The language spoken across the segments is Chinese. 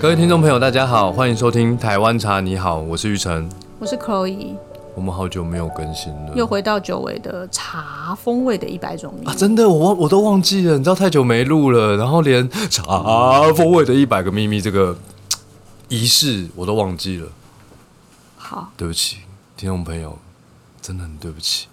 各位听众朋友，大家好，欢迎收听《台湾茶你好》，我是玉成。我是 Chloe，我们好久没有更新了，又回到久违的茶风味的一百种秘密啊，。真的，我忘我都忘记了，你知道太久没录了，然后连茶风味的一百个秘密这个嘖仪式我都忘记了，好，对不起，听众朋友，真的很对不起。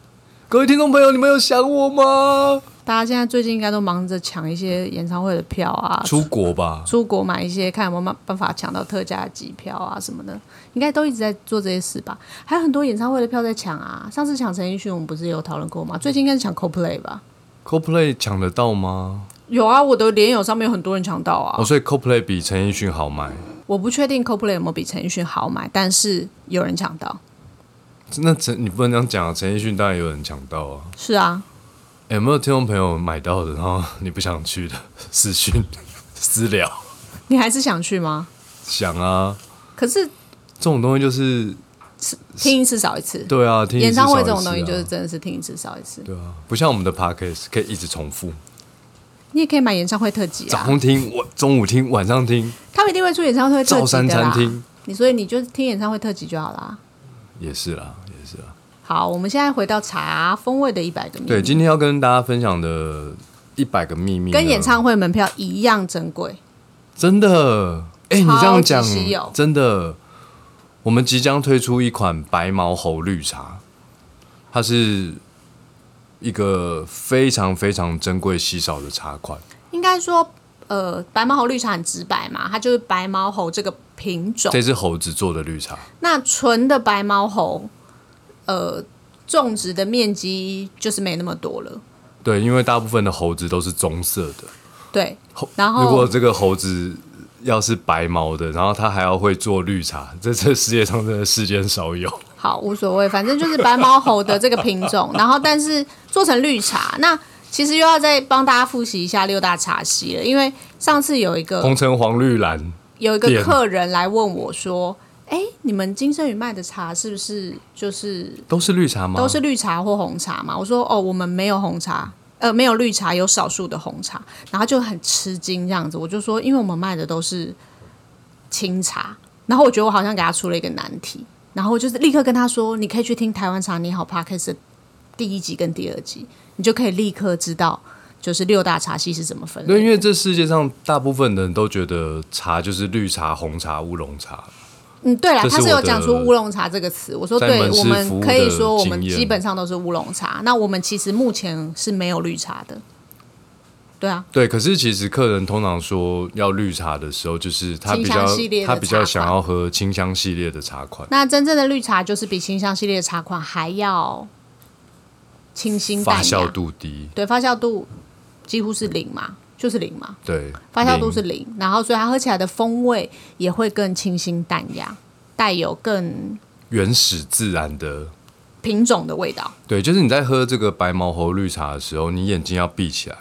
各位听众朋友，你们有想我吗？大家现在最近应该都忙着抢一些演唱会的票啊，出国吧，出国买一些，看有没有办办法抢到特价的机票啊什么的，应该都一直在做这些事吧。还有很多演唱会的票在抢啊，上次抢陈奕迅，我们不是有讨论过吗？最近应该是抢 CoPlay 吧？ CoPlay 抢得到吗？有啊，我的联友上面有很多人抢到啊。哦，所以 CoPlay 比陈奕迅好买，我不确定 CoPlay 有没有比陈奕迅好买，但是有人抢到。那陈你不能这样讲啊，陈奕迅当然有人抢到啊。是啊，欸有没有听众朋友买到的，然后你不想去的私讯 私聊？你还是想去吗？想啊，可是这种东西就是听一次少一次。对啊，听一次演唱会这少一种次东西嗯就是啊真的是听一次少一次。对啊，不像我们的 podcast 可以一直重复，你也可以买演唱会特辑早啊，上听，晚中午听，晚上听他们一定会出演唱会特照辑三的餐啦。听你所以你就听演唱会特辑就好啦。也是啦，也是啦。好，我们现在回到茶风味的一百个秘密，对，今天要跟大家分享的一百个秘密呢，嗯跟演唱会门票一样珍贵。真的，哎、你这样讲超级稀有，真的，我们即将推出一款白毛猴绿茶，它是一个非常非常珍贵稀少的茶款。应该说，呃，白毛猴绿茶很直白嘛，它就是白毛猴这个品种。这只猴子做的绿茶，那纯的白毛猴，呃，种植的面积就是没那么多了。对，因为大部分的猴子都是棕色的。对猴， 然后如果这个猴子要是白毛的，然后它还要会做绿茶，这这世界上真的世间少有。好，无所谓，反正就是白毛猴的这个品种，然后但是做成绿茶，那其实又要再帮大家复习一下六大茶系了，因为上次有一个红橙黄绿蓝，有一个点客人来问我说：“哎，你们金圣宇卖的茶是不是就是都是绿茶吗？都是绿茶或红茶嘛？”我说：“哦，我们没有红茶。”呃，没有绿茶，有少数的红茶，然后就很吃惊这样子。我就说，因为我们卖的都是清茶，然后我觉得我好像给他出了一个难题，然后我就是立刻跟他说，你可以去听《台湾茶你好》Podcast 的第一集跟第二集，你就可以立刻知道就是六大茶系是怎么分对，因类。为这世界上大部分人都觉得茶就是绿茶、红茶、乌龙茶，嗯，对了，这是他是有我的讲出乌龙茶这个词，我说在对门，市我服们务可的以说我们经验基本上都是乌龙茶，那我们其实目前是没有绿茶的。对啊，对。可是其实客人通常说要绿茶的时候，就是他比清较香系列的他比较茶想款要喝清香系列的茶款，那真正的绿茶就是比清香系列的茶款还要清新淡发雅，酵度低，对发酵度几乎是零嘛，就是零嘛。对，发酵度零是零，然后所以它喝起来的风味也会更清新淡雅，带有更原始自然的。品种的味道。对，就是你在喝这个白毛猴绿茶的时候，你眼睛要闭起来，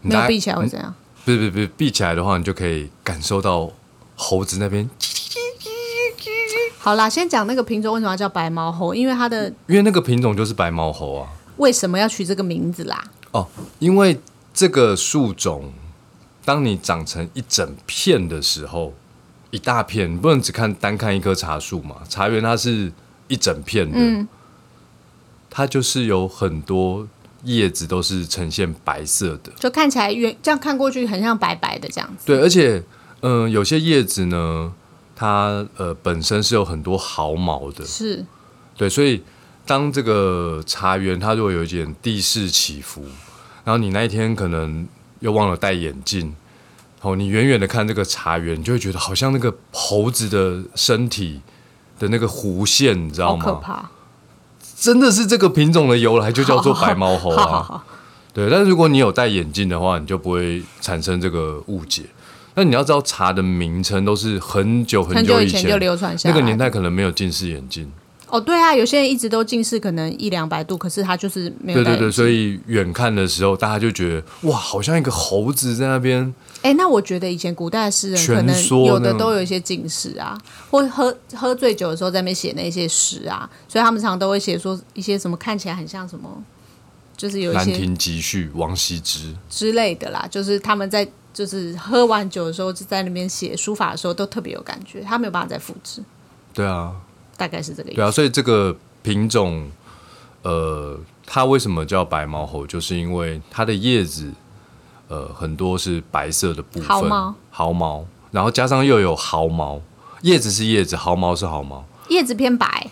你没有大概闭起来会怎样？不是不是不是闭起来的话，你就可以感受到猴子那边，好啦，先讲那个品种为什么要叫白毛猴，因为它的因为那个品种就是白毛猴啊。为什么要取这个名字啦？哦，因为这个树种，当你长成一整片的时候，一大片，你不能只看单看一棵茶树嘛。茶园它是一整片的，它就是有很多叶子都是呈现白色的，就看起来远这样看过去很像白白的这样子。对，而且嗯、呃有些叶子呢，它呃本身是有很多毫毛的，是对，所以当这个茶园它如果有一点地势起伏，然后你那一天可能又忘了戴眼镜，哦，你远远的看这个茶园，你就会觉得好像那个猴子的身体的那个弧线，你知道好可吗？怕，真的是这个品种的由来就叫做白毛猴好好啊。好，对，但是如果你有戴眼镜的话，你就不会产生这个误解。那你要知道，茶的名称都是很久很久久以以前就流传下那来。个年代可能没有近视眼镜。哦，对啊，有些人一直都近视，可能一两百度，可是他就是没有对戴对对，眼镜所以远看的时候，大家就觉得哇，好像一个猴子在那边。哎、那我觉得以前古代的诗人蜷可能缩有那的种都有一些近视啊，或喝喝醉酒的时候在那边写那些诗啊，所以他们常常都会写说一些什么看起来很像什么，就是有一兰些亭集序，王羲之。之类的啦，就是他们在就是喝完酒的时候，就在那边写书法的时候，都特别有感觉。他没有办法再复制，对啊，大概是这个意思。对啊，所以这个品种，呃，它为什么叫白毛猴？就是因为它的叶子，呃，很多是白色的部分，毫毛毫毛然后加上又有毫毛，叶子是叶子，毫毛是毫毛，叶子偏白，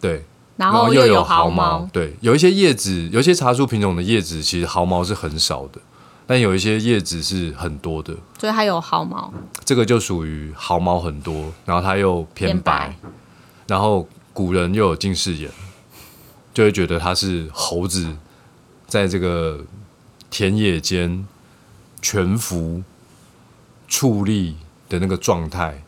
对，然后又有毫毛，，对，有一些叶子，有一些茶树品种的叶子，其实毫毛是很少的，但有一些叶子是很多的，所以它有毫毛。这个就属于毫毛很多，然后它又偏偏白，白然后古人又有近视眼，就会觉得它是猴子在这个田野间潜伏矗立的那个状态，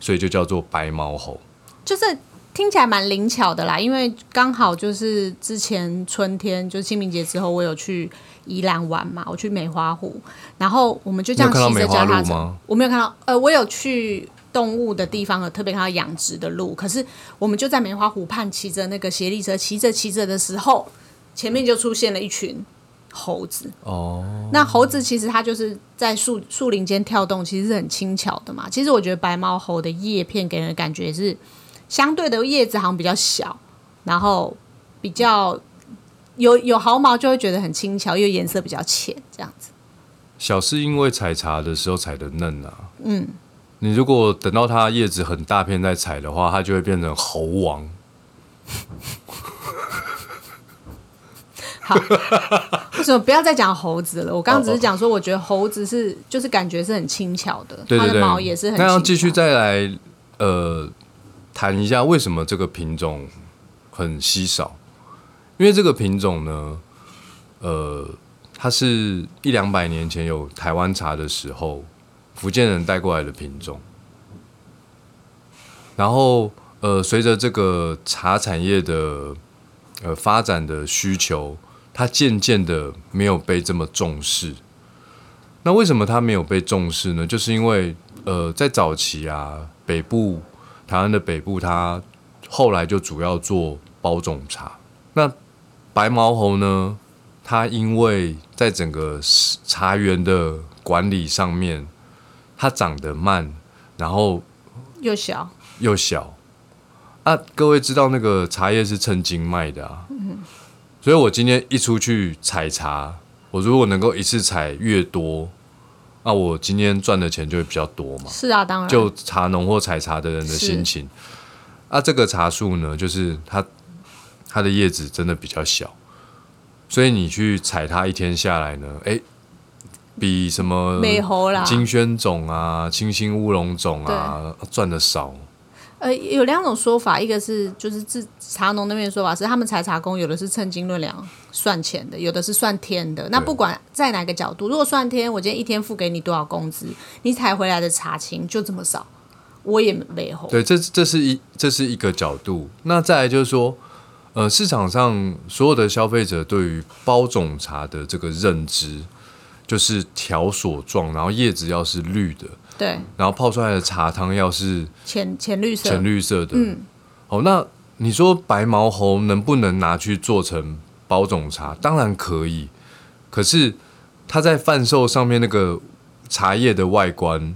所以就叫做白毛猴。就是听起来蛮灵巧的啦，因为刚好就是之前春天，就是清明节之后，我有去宜兰玩嘛，我去梅花湖，然后我们就这样你有看到骑着梅花脚踏鹿车吗，我没有看到，呃，我有去。动物的地方有特别看到养殖的鹿，可是我们就在梅花湖畔骑着那个斜力车，骑着骑着的时候，前面就出现了一群猴子。哦，那猴子其实它就是在树树林间跳动，其实是很轻巧的嘛。其实我觉得白毛猴的叶片给人的感觉也是相对的叶子好像比较小，然后比较有有毫毛就会觉得很轻巧，因为颜色比较浅这样子。小是因为采茶的时候采的嫩啊，嗯，你如果等到它叶子很大片再采的话，它就会变成猴王。 为什么不要再讲猴子了？我刚刚哦只是讲说，我觉得猴子是就是感觉是很轻巧的，对对它对，的毛也是很轻那巧。要继续再来呃谈一下为什么这个品种很稀少，因为这个品种呢，呃，它是一两百年前有台湾茶的时候，福建人带过来的品种，然后呃，随着这个茶产业的呃发展的需求，它渐渐的没有被这么重视。那为什么它没有被重视呢？就是因为呃，在早期啊，北部台湾的北部，它后来就主要做包种茶。那白毛猴呢，它因为在整个茶园的管理上面，它长得慢，然后又小，又小。啊，各位知道那个茶叶是称斤卖的啊，所以我今天一出去采茶，我如果能够一次采越多，那我今天赚的钱就会比较多嘛。是啊，当然就茶农或采茶的人的心情。啊，这个茶树呢，就是它它的叶子真的比较小，所以你去采它一天下来呢，哎、比什么美猴啦。金萱种啊、清新乌龙种啊赚的少。呃，有两种说法，一个是就是自茶农那边的说法是，他们采茶工有的是称斤论两算钱的，有的是算天的。那对不管在哪个角度，如果算天，我今天一天付给你多少工资，你采回来的茶青就这么少，我也没红。对，这这是一这是一个角度。那再来就是说，呃，市场上所有的消费者对于包种茶的这个认知，就是条索状，然后叶子要是绿的，对，然后泡出来的茶汤要是浅浅绿色浅绿色的。嗯哦，那你说白毛猴能不能拿去做成包种茶？当然可以，可是它在贩售上面那个茶叶的外观，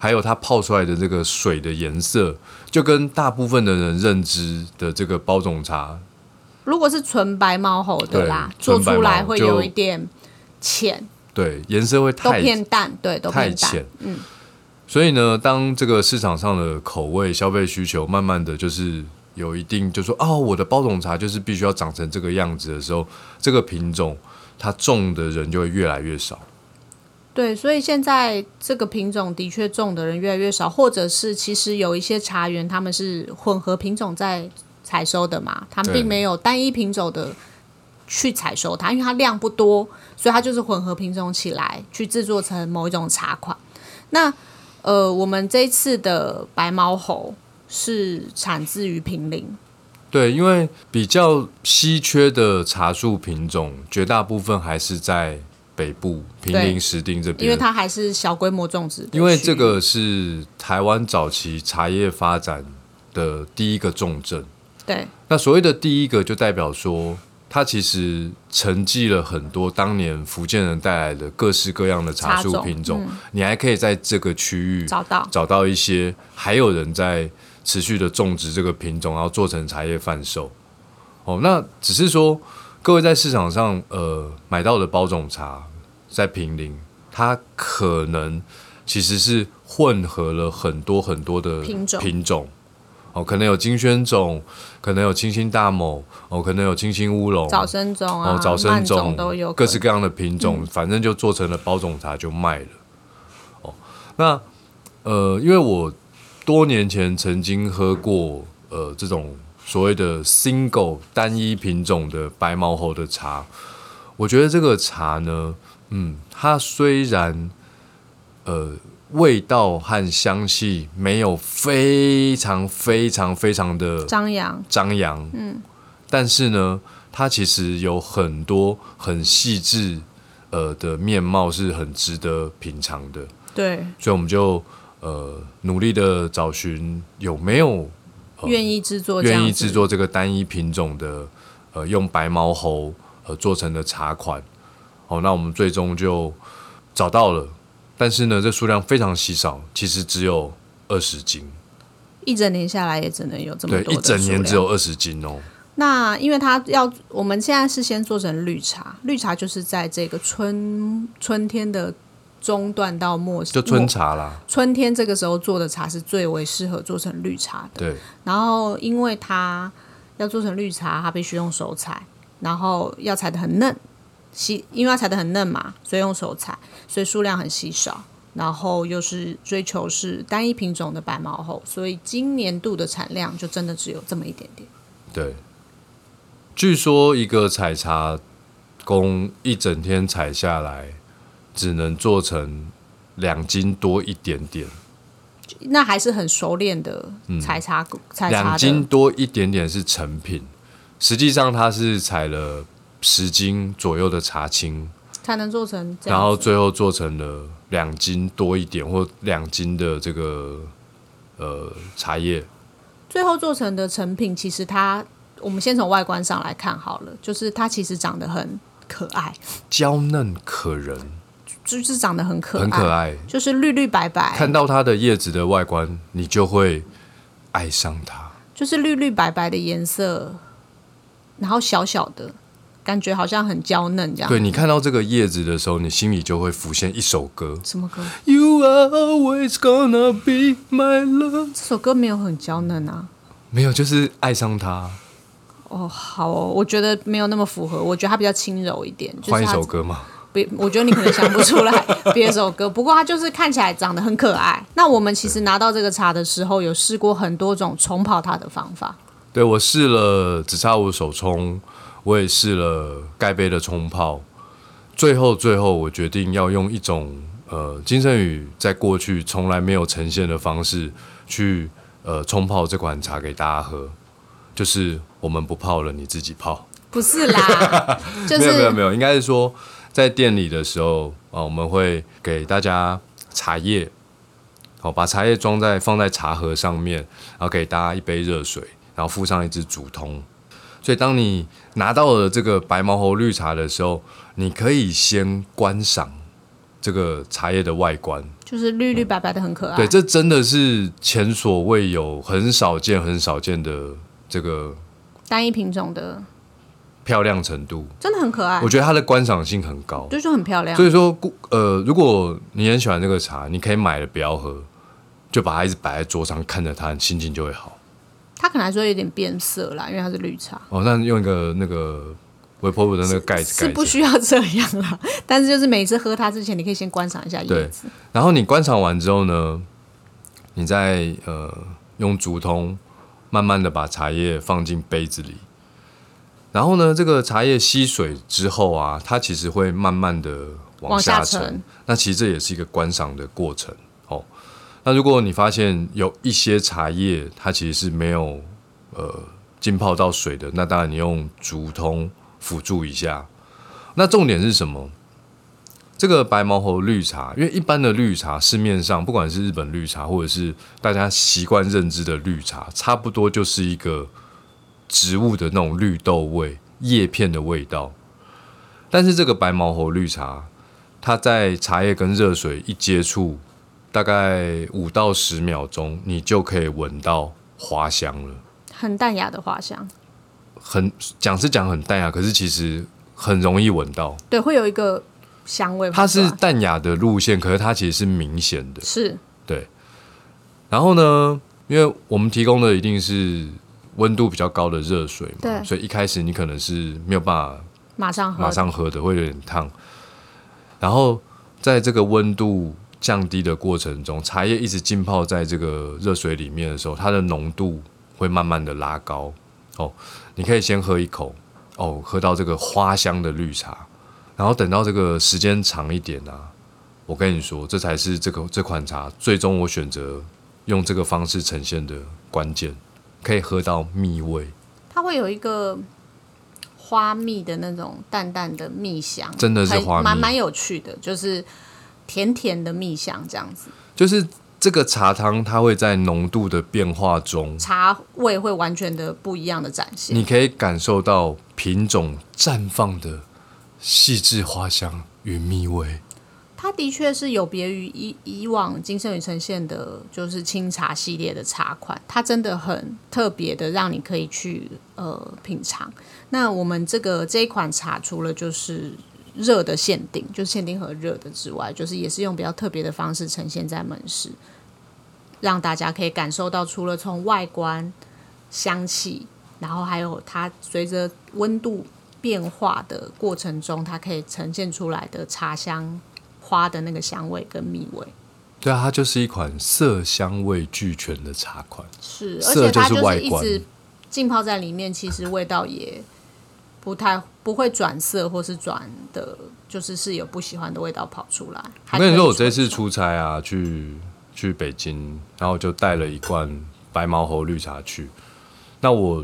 还有它泡出来的这个水的颜色，就跟大部分的人认知的这个包种茶，如果是纯白毛猴的啦，对做纯白毛出来会就有一点浅，对颜色会都太偏淡，对，都太偏淡浅。，所以呢，当这个市场上的口味、消费需求慢慢的就是有一定，就说哦，我的包种茶就是必须要长成这个样子的时候，这个品种它种的人就会越来越少。对，所以现在这个品种的确种的人越来越少，或者是其实有一些茶园他们是混合品种在采收的嘛，他们对并没有单一品种的去采收它，因为它量不多，所以它就是混合品种起来去制作成某一种茶款。那呃，我们这一次的白毛猴是产自于平陵，对，因为比较稀缺的茶树品种，绝大部分还是在北部平对林、石碇这边，因为它还是小规模种植的区域，因为这个是台湾早期茶叶发展的第一个重镇。对那所谓的第一个，就代表说它其实承继了很多当年福建人带来的各式各样的茶树茶种嗯品种，你还可以在这个区域找到找到一些还有人在持续的种植这个品种，然后做成茶叶贩售。哦，那只是说各位在市场上呃买到的包种茶，在平林，它可能其实是混合了很多很多的品种品种哦，可能有金萱种，可能有清新大某，哦，可能有清新乌龙，早生种啊，哦，早生慢种都有可各能，嗯式各样的品种，反正就做成了包种茶就卖了。哦，那呃，因为我多年前曾经喝过呃这种所谓的 single 单一品种的白毛猴的茶，我觉得这个茶呢，嗯，它虽然呃味道和香气没有非常非常非常的张扬，张扬，嗯，但是呢，它其实有很多很细致呃的面貌是很值得品尝的，对，所以我们就呃努力的找寻有没有愿意制作，愿意制，作这个单一品种的呃用白毛猴呃做成的茶款，哦，那我们最终就找到了，但是呢，这数量非常稀少，其实只有二十斤，一整年下来也只能有这么对，多，一整年只。有二十斤哦。那因为它要，我们现在是先做成绿茶，绿茶就是在这个春春天的中段到末，就春末茶啦，春天这个时候做的茶是最为适合做成绿茶的。对，然后因为它要做成绿茶，它必须用手采，然后要采的很嫩，稀，因为它采的很嫩嘛，所以用手采，所以数量很稀少。然后又是追求是单一品种的白毛猴，所以今年度的产量就真的只有这么一点点。对，据说一个采茶工一整天采下来，只能做成两斤多一点点，那还是很熟练的采茶采两茶斤的，多一点点是成品，实际上它是采了十斤左右的茶青，才能做成这样子。然后最后做成了两斤多一点或两斤的这个呃茶叶，最后做成的成品，其实它我们先从外观上来看好了，就是它其实长得很可爱，娇嫩可人，就是长得很可爱，很可爱。就是绿绿白白，看到它的叶子的外观，你就会爱上它。就是绿绿白白的颜色，然后小小的，感觉好像很娇嫩这样。对你看到这个叶子的时候，你心里就会浮现一首歌什么歌？ ：You are always gonna be my love。这首歌没有很娇嫩啊。没有，就是爱上它。哦，好哦，我觉得没有那么符合，我觉得它比较轻柔一点。就是、换一首，歌嘛，别，我觉得你可能想不出来 别首歌。不过它就是看起来长得很可爱。那我们其实拿到这个茶的时候，有试过很多种冲泡它的方法。对我试了只差无手冲，我也试了盖杯的冲泡。最后，最后，我决定要用一种呃，金圣宇在过去从来没有呈现的方式去呃冲泡这款茶给大家喝，就是我们不泡了，你自己泡。不 是啦，就没有没有没是有，应该是说在店里的时候啊、我们会给大家茶叶，好、把茶叶装在放在茶盒上面，然后给大家一杯热水，然后附上一支竹筒。所以当你拿到了这个白毛猴绿茶的时候，你可以先观赏这个茶叶的外观。就是绿绿白白的，很可爱。对，这真的是前所未有、很少见、很少见的这个单一品种的，漂亮程度。真的很可爱我，觉得它的观赏性很高。就是很漂亮所。以说，故呃，如果你很喜欢这个茶，你可以买了不要喝，就把它一直摆在桌上，看着它，你心情就会好。它可能还是会有点变色啦，因为它是绿茶，哦，那用一个那个微波炉的那个盖子是盖不着，需要这样啦。但是就是每次喝它之前，你可以先观赏一下叶子，然后你观赏完之后呢，你再呃用竹筒慢慢的把茶叶放进杯子里，然后呢，这个茶叶吸水之后啊，它其实会慢慢的往往下下沉沉。那其实这也是一个观赏的过程哦。那如果你发现有一些茶叶它其实是没有呃浸泡到水的，那当然你用竹筒辅助一下。那重点是什么？这个白毛猴绿茶，因为一般的绿茶市面上，不管是日本绿茶或者是大家习惯认知的绿茶，差不多就是一个植物的那种绿豆味、叶片的味道。但是这个白毛猴绿茶，它在茶叶跟热水一接触，大概五到十秒钟，你就可以闻到花香了。很淡雅的花香，很讲是讲很淡啊雅，可是其实很容易闻到。对，会有一个香味跑出它来。是淡雅的路线，可是它其实是明显的。是对，然后呢，因为我们提供的一定是温度比较高的热水嘛，对所以一开始你可能是没有办法马上喝的，马上喝的，会有点烫。然后在这个温度降低的过程中，茶叶一直浸泡在这个热水里面的时候，它的浓度会慢慢的拉高。哦，你可以先喝一口，哦，喝到这个花香的绿茶，然后等到这个时间长一点啊，我跟你说，这才是这个这款茶最终我选择用这个方式呈现的关键，可以喝到蜜味。它会有一个花蜜的那种淡淡的蜜香，真的是很花蜜蛮蛮有趣的，就是甜甜的蜜香这样子，就是这个茶汤，它会在浓度的变化中，茶味会完全的不一样的展现。你可以感受到品种绽放的细致花香与蜜味。它的确是有别于以以往金盛宇呈现的，就是清茶系列的茶款，它真的很特别的，让你可以去呃品尝。那我们这个这一款茶，除了就是热的限定，就是限定和热的之外，就是也是用比较特别的方式呈现在门市，让大家可以感受到除了从外观、香气，然后还有它随着温度变化的过程中，它可以呈现出来的茶香花的那个香味跟蜜味。对啊，它就是一款色香味俱全的茶款。是，而色且它就是就外是一观直浸泡在里面，其实味道也不太不会转色或是转的，就是是有不喜欢的味道跑出来。我跟你说，我这还可以次出差啊，去去北京，然后就带了一罐白毛猴绿茶去。那我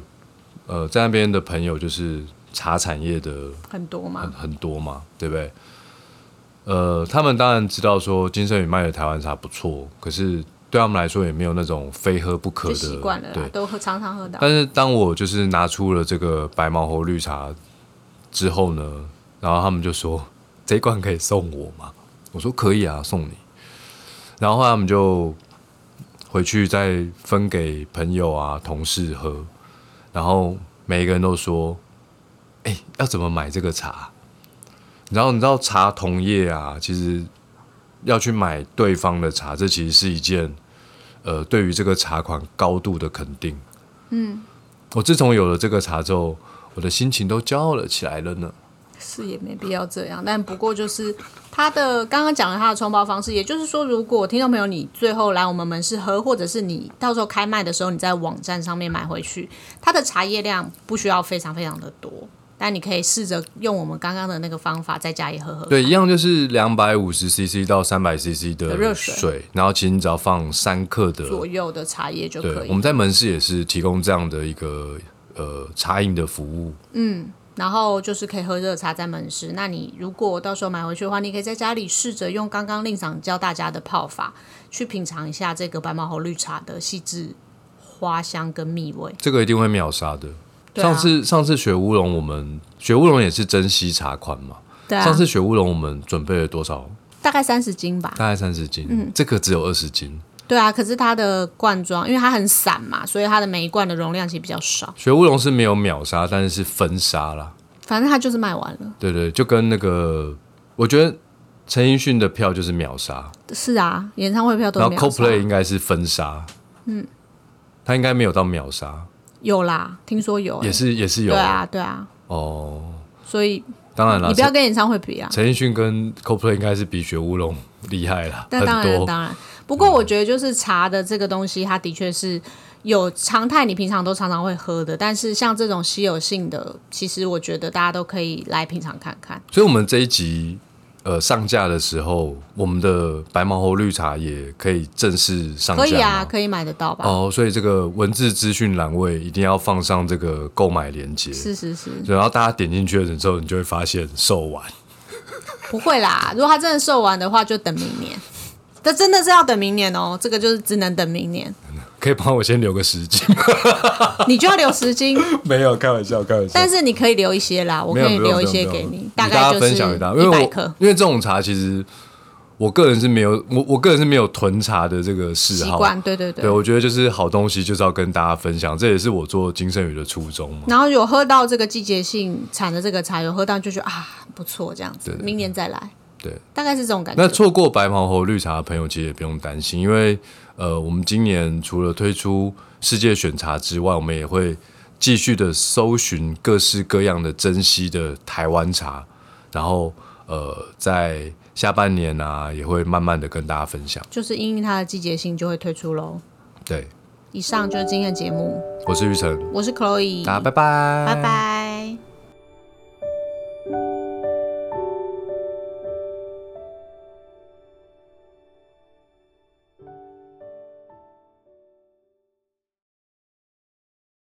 呃在那边的朋友就是茶产业的很多很嘛，很多嘛，对不对？呃，他们当然知道说金盛宇卖的台湾茶不错，可是对他们来说也没有那种非喝不可就的。习惯了啦对，，都喝常常喝到。但是当我就是拿出了这个白毛猴绿茶之后呢，然后他们就说这一罐可以送我吗？我说可以啊，送你。然后后来他们就回去再分给朋友啊、同事喝，然后每一个人都说：“哎、要怎么买这个茶？”然后你知道茶同业啊，其实要去买对方的茶，这其实是一件呃对于这个茶款高度的肯定。我自从有了这个茶之后，我的心情都骄傲了起来了呢。是也没必要这样，但不过就是它的刚刚讲了它的冲泡方式，也就是说，如果听众朋友你最后来我们门市喝，或者是你到时候开卖的时候你在网站上面买回去，它的茶叶量不需要非常非常的多，但你可以试着用我们刚刚的那个方法在家里喝喝。对，一样就是两百五十 CC 到三百 CC 的的热水然后其实你只要放三克的，左右的茶叶就对可，我们以。在门市也是提供这样的一个呃茶饮的服务。然后就是可以喝热茶在门市。那你如果到时候买回去的话，你可以在家里试着用刚刚令赏教大家的泡法去品尝一下这个白毛猴绿茶的细致花香跟蜜味。这个一定会秒杀的。对啊上次上次雪乌龙，我们雪乌龙也是珍稀茶款嘛。对啊，上次雪乌龙我们准备了多少？大概三十斤吧。大概三十斤，嗯这个只有二十斤。对啊，可是它的罐装，因为它很散嘛，所以它的每一罐的容量其实比较少。雪乌龙是没有秒杀，但是是分杀啦。反正它就是卖完了。对对，就跟那个，我觉得陈奕迅的票就是秒杀，是啊，演唱会票都然后没有 CoPlay 少应该是分杀，嗯，他应该没有到秒杀，有啦，听说有、欸也是也是有哦对啊，对啊，哦。所以当然了你，不要跟演唱会比啊。陈奕迅跟 CoPlay 应该是比雪乌龙厉害了那很当然，多。当然。不过我觉得就是茶的这个东西，它的确是有常态，你平常都常常会喝的。但是像这种稀有性的，其实我觉得大家都可以来品尝看看。所以，我们这一集呃上架的时候，我们的白毛猴绿茶也可以正式上架可以啊，吗。可以买得到吧？哦，所以这个文字资讯栏位一定要放上这个购买链接，是是是，然后大家点进去的时候，你就会发现售完。不会啦，如果他真 的售完的话，就等明年。这真的是要等明年哦，这个就是只能等明年。可以帮我先留个十斤吗？你就要留十斤， 没有，开玩笑，开玩笑。但是你可以留一些啦，我没可有以不用留一不用些不给用你，大大概就是分享给一大家，因为百我克。因为这种茶其实我个人是没有我我个人是没有囤茶的这个嗜习好。惯，对对对对，。我觉得就是好东西就是要跟大家分享，这也是我做金圣宇的初衷嘛。然后有喝到这个季节性产的这个茶，有喝到就觉得啊不错，这样子对，对明年再来，对，大概是这种感那觉。错过白毛猴绿茶的朋友，其实也不用担心，因为呃，我们今年除了推出世界选茶之外，我们也会继续的搜寻各式各样的珍稀的台湾茶，然后呃，在下半年啊，也会慢慢的跟大家分享。就是因应它的季节性就会推出喽。对，以上就是今天的节目，我是玉成，我是 Chloe，大家拜拜，拜拜。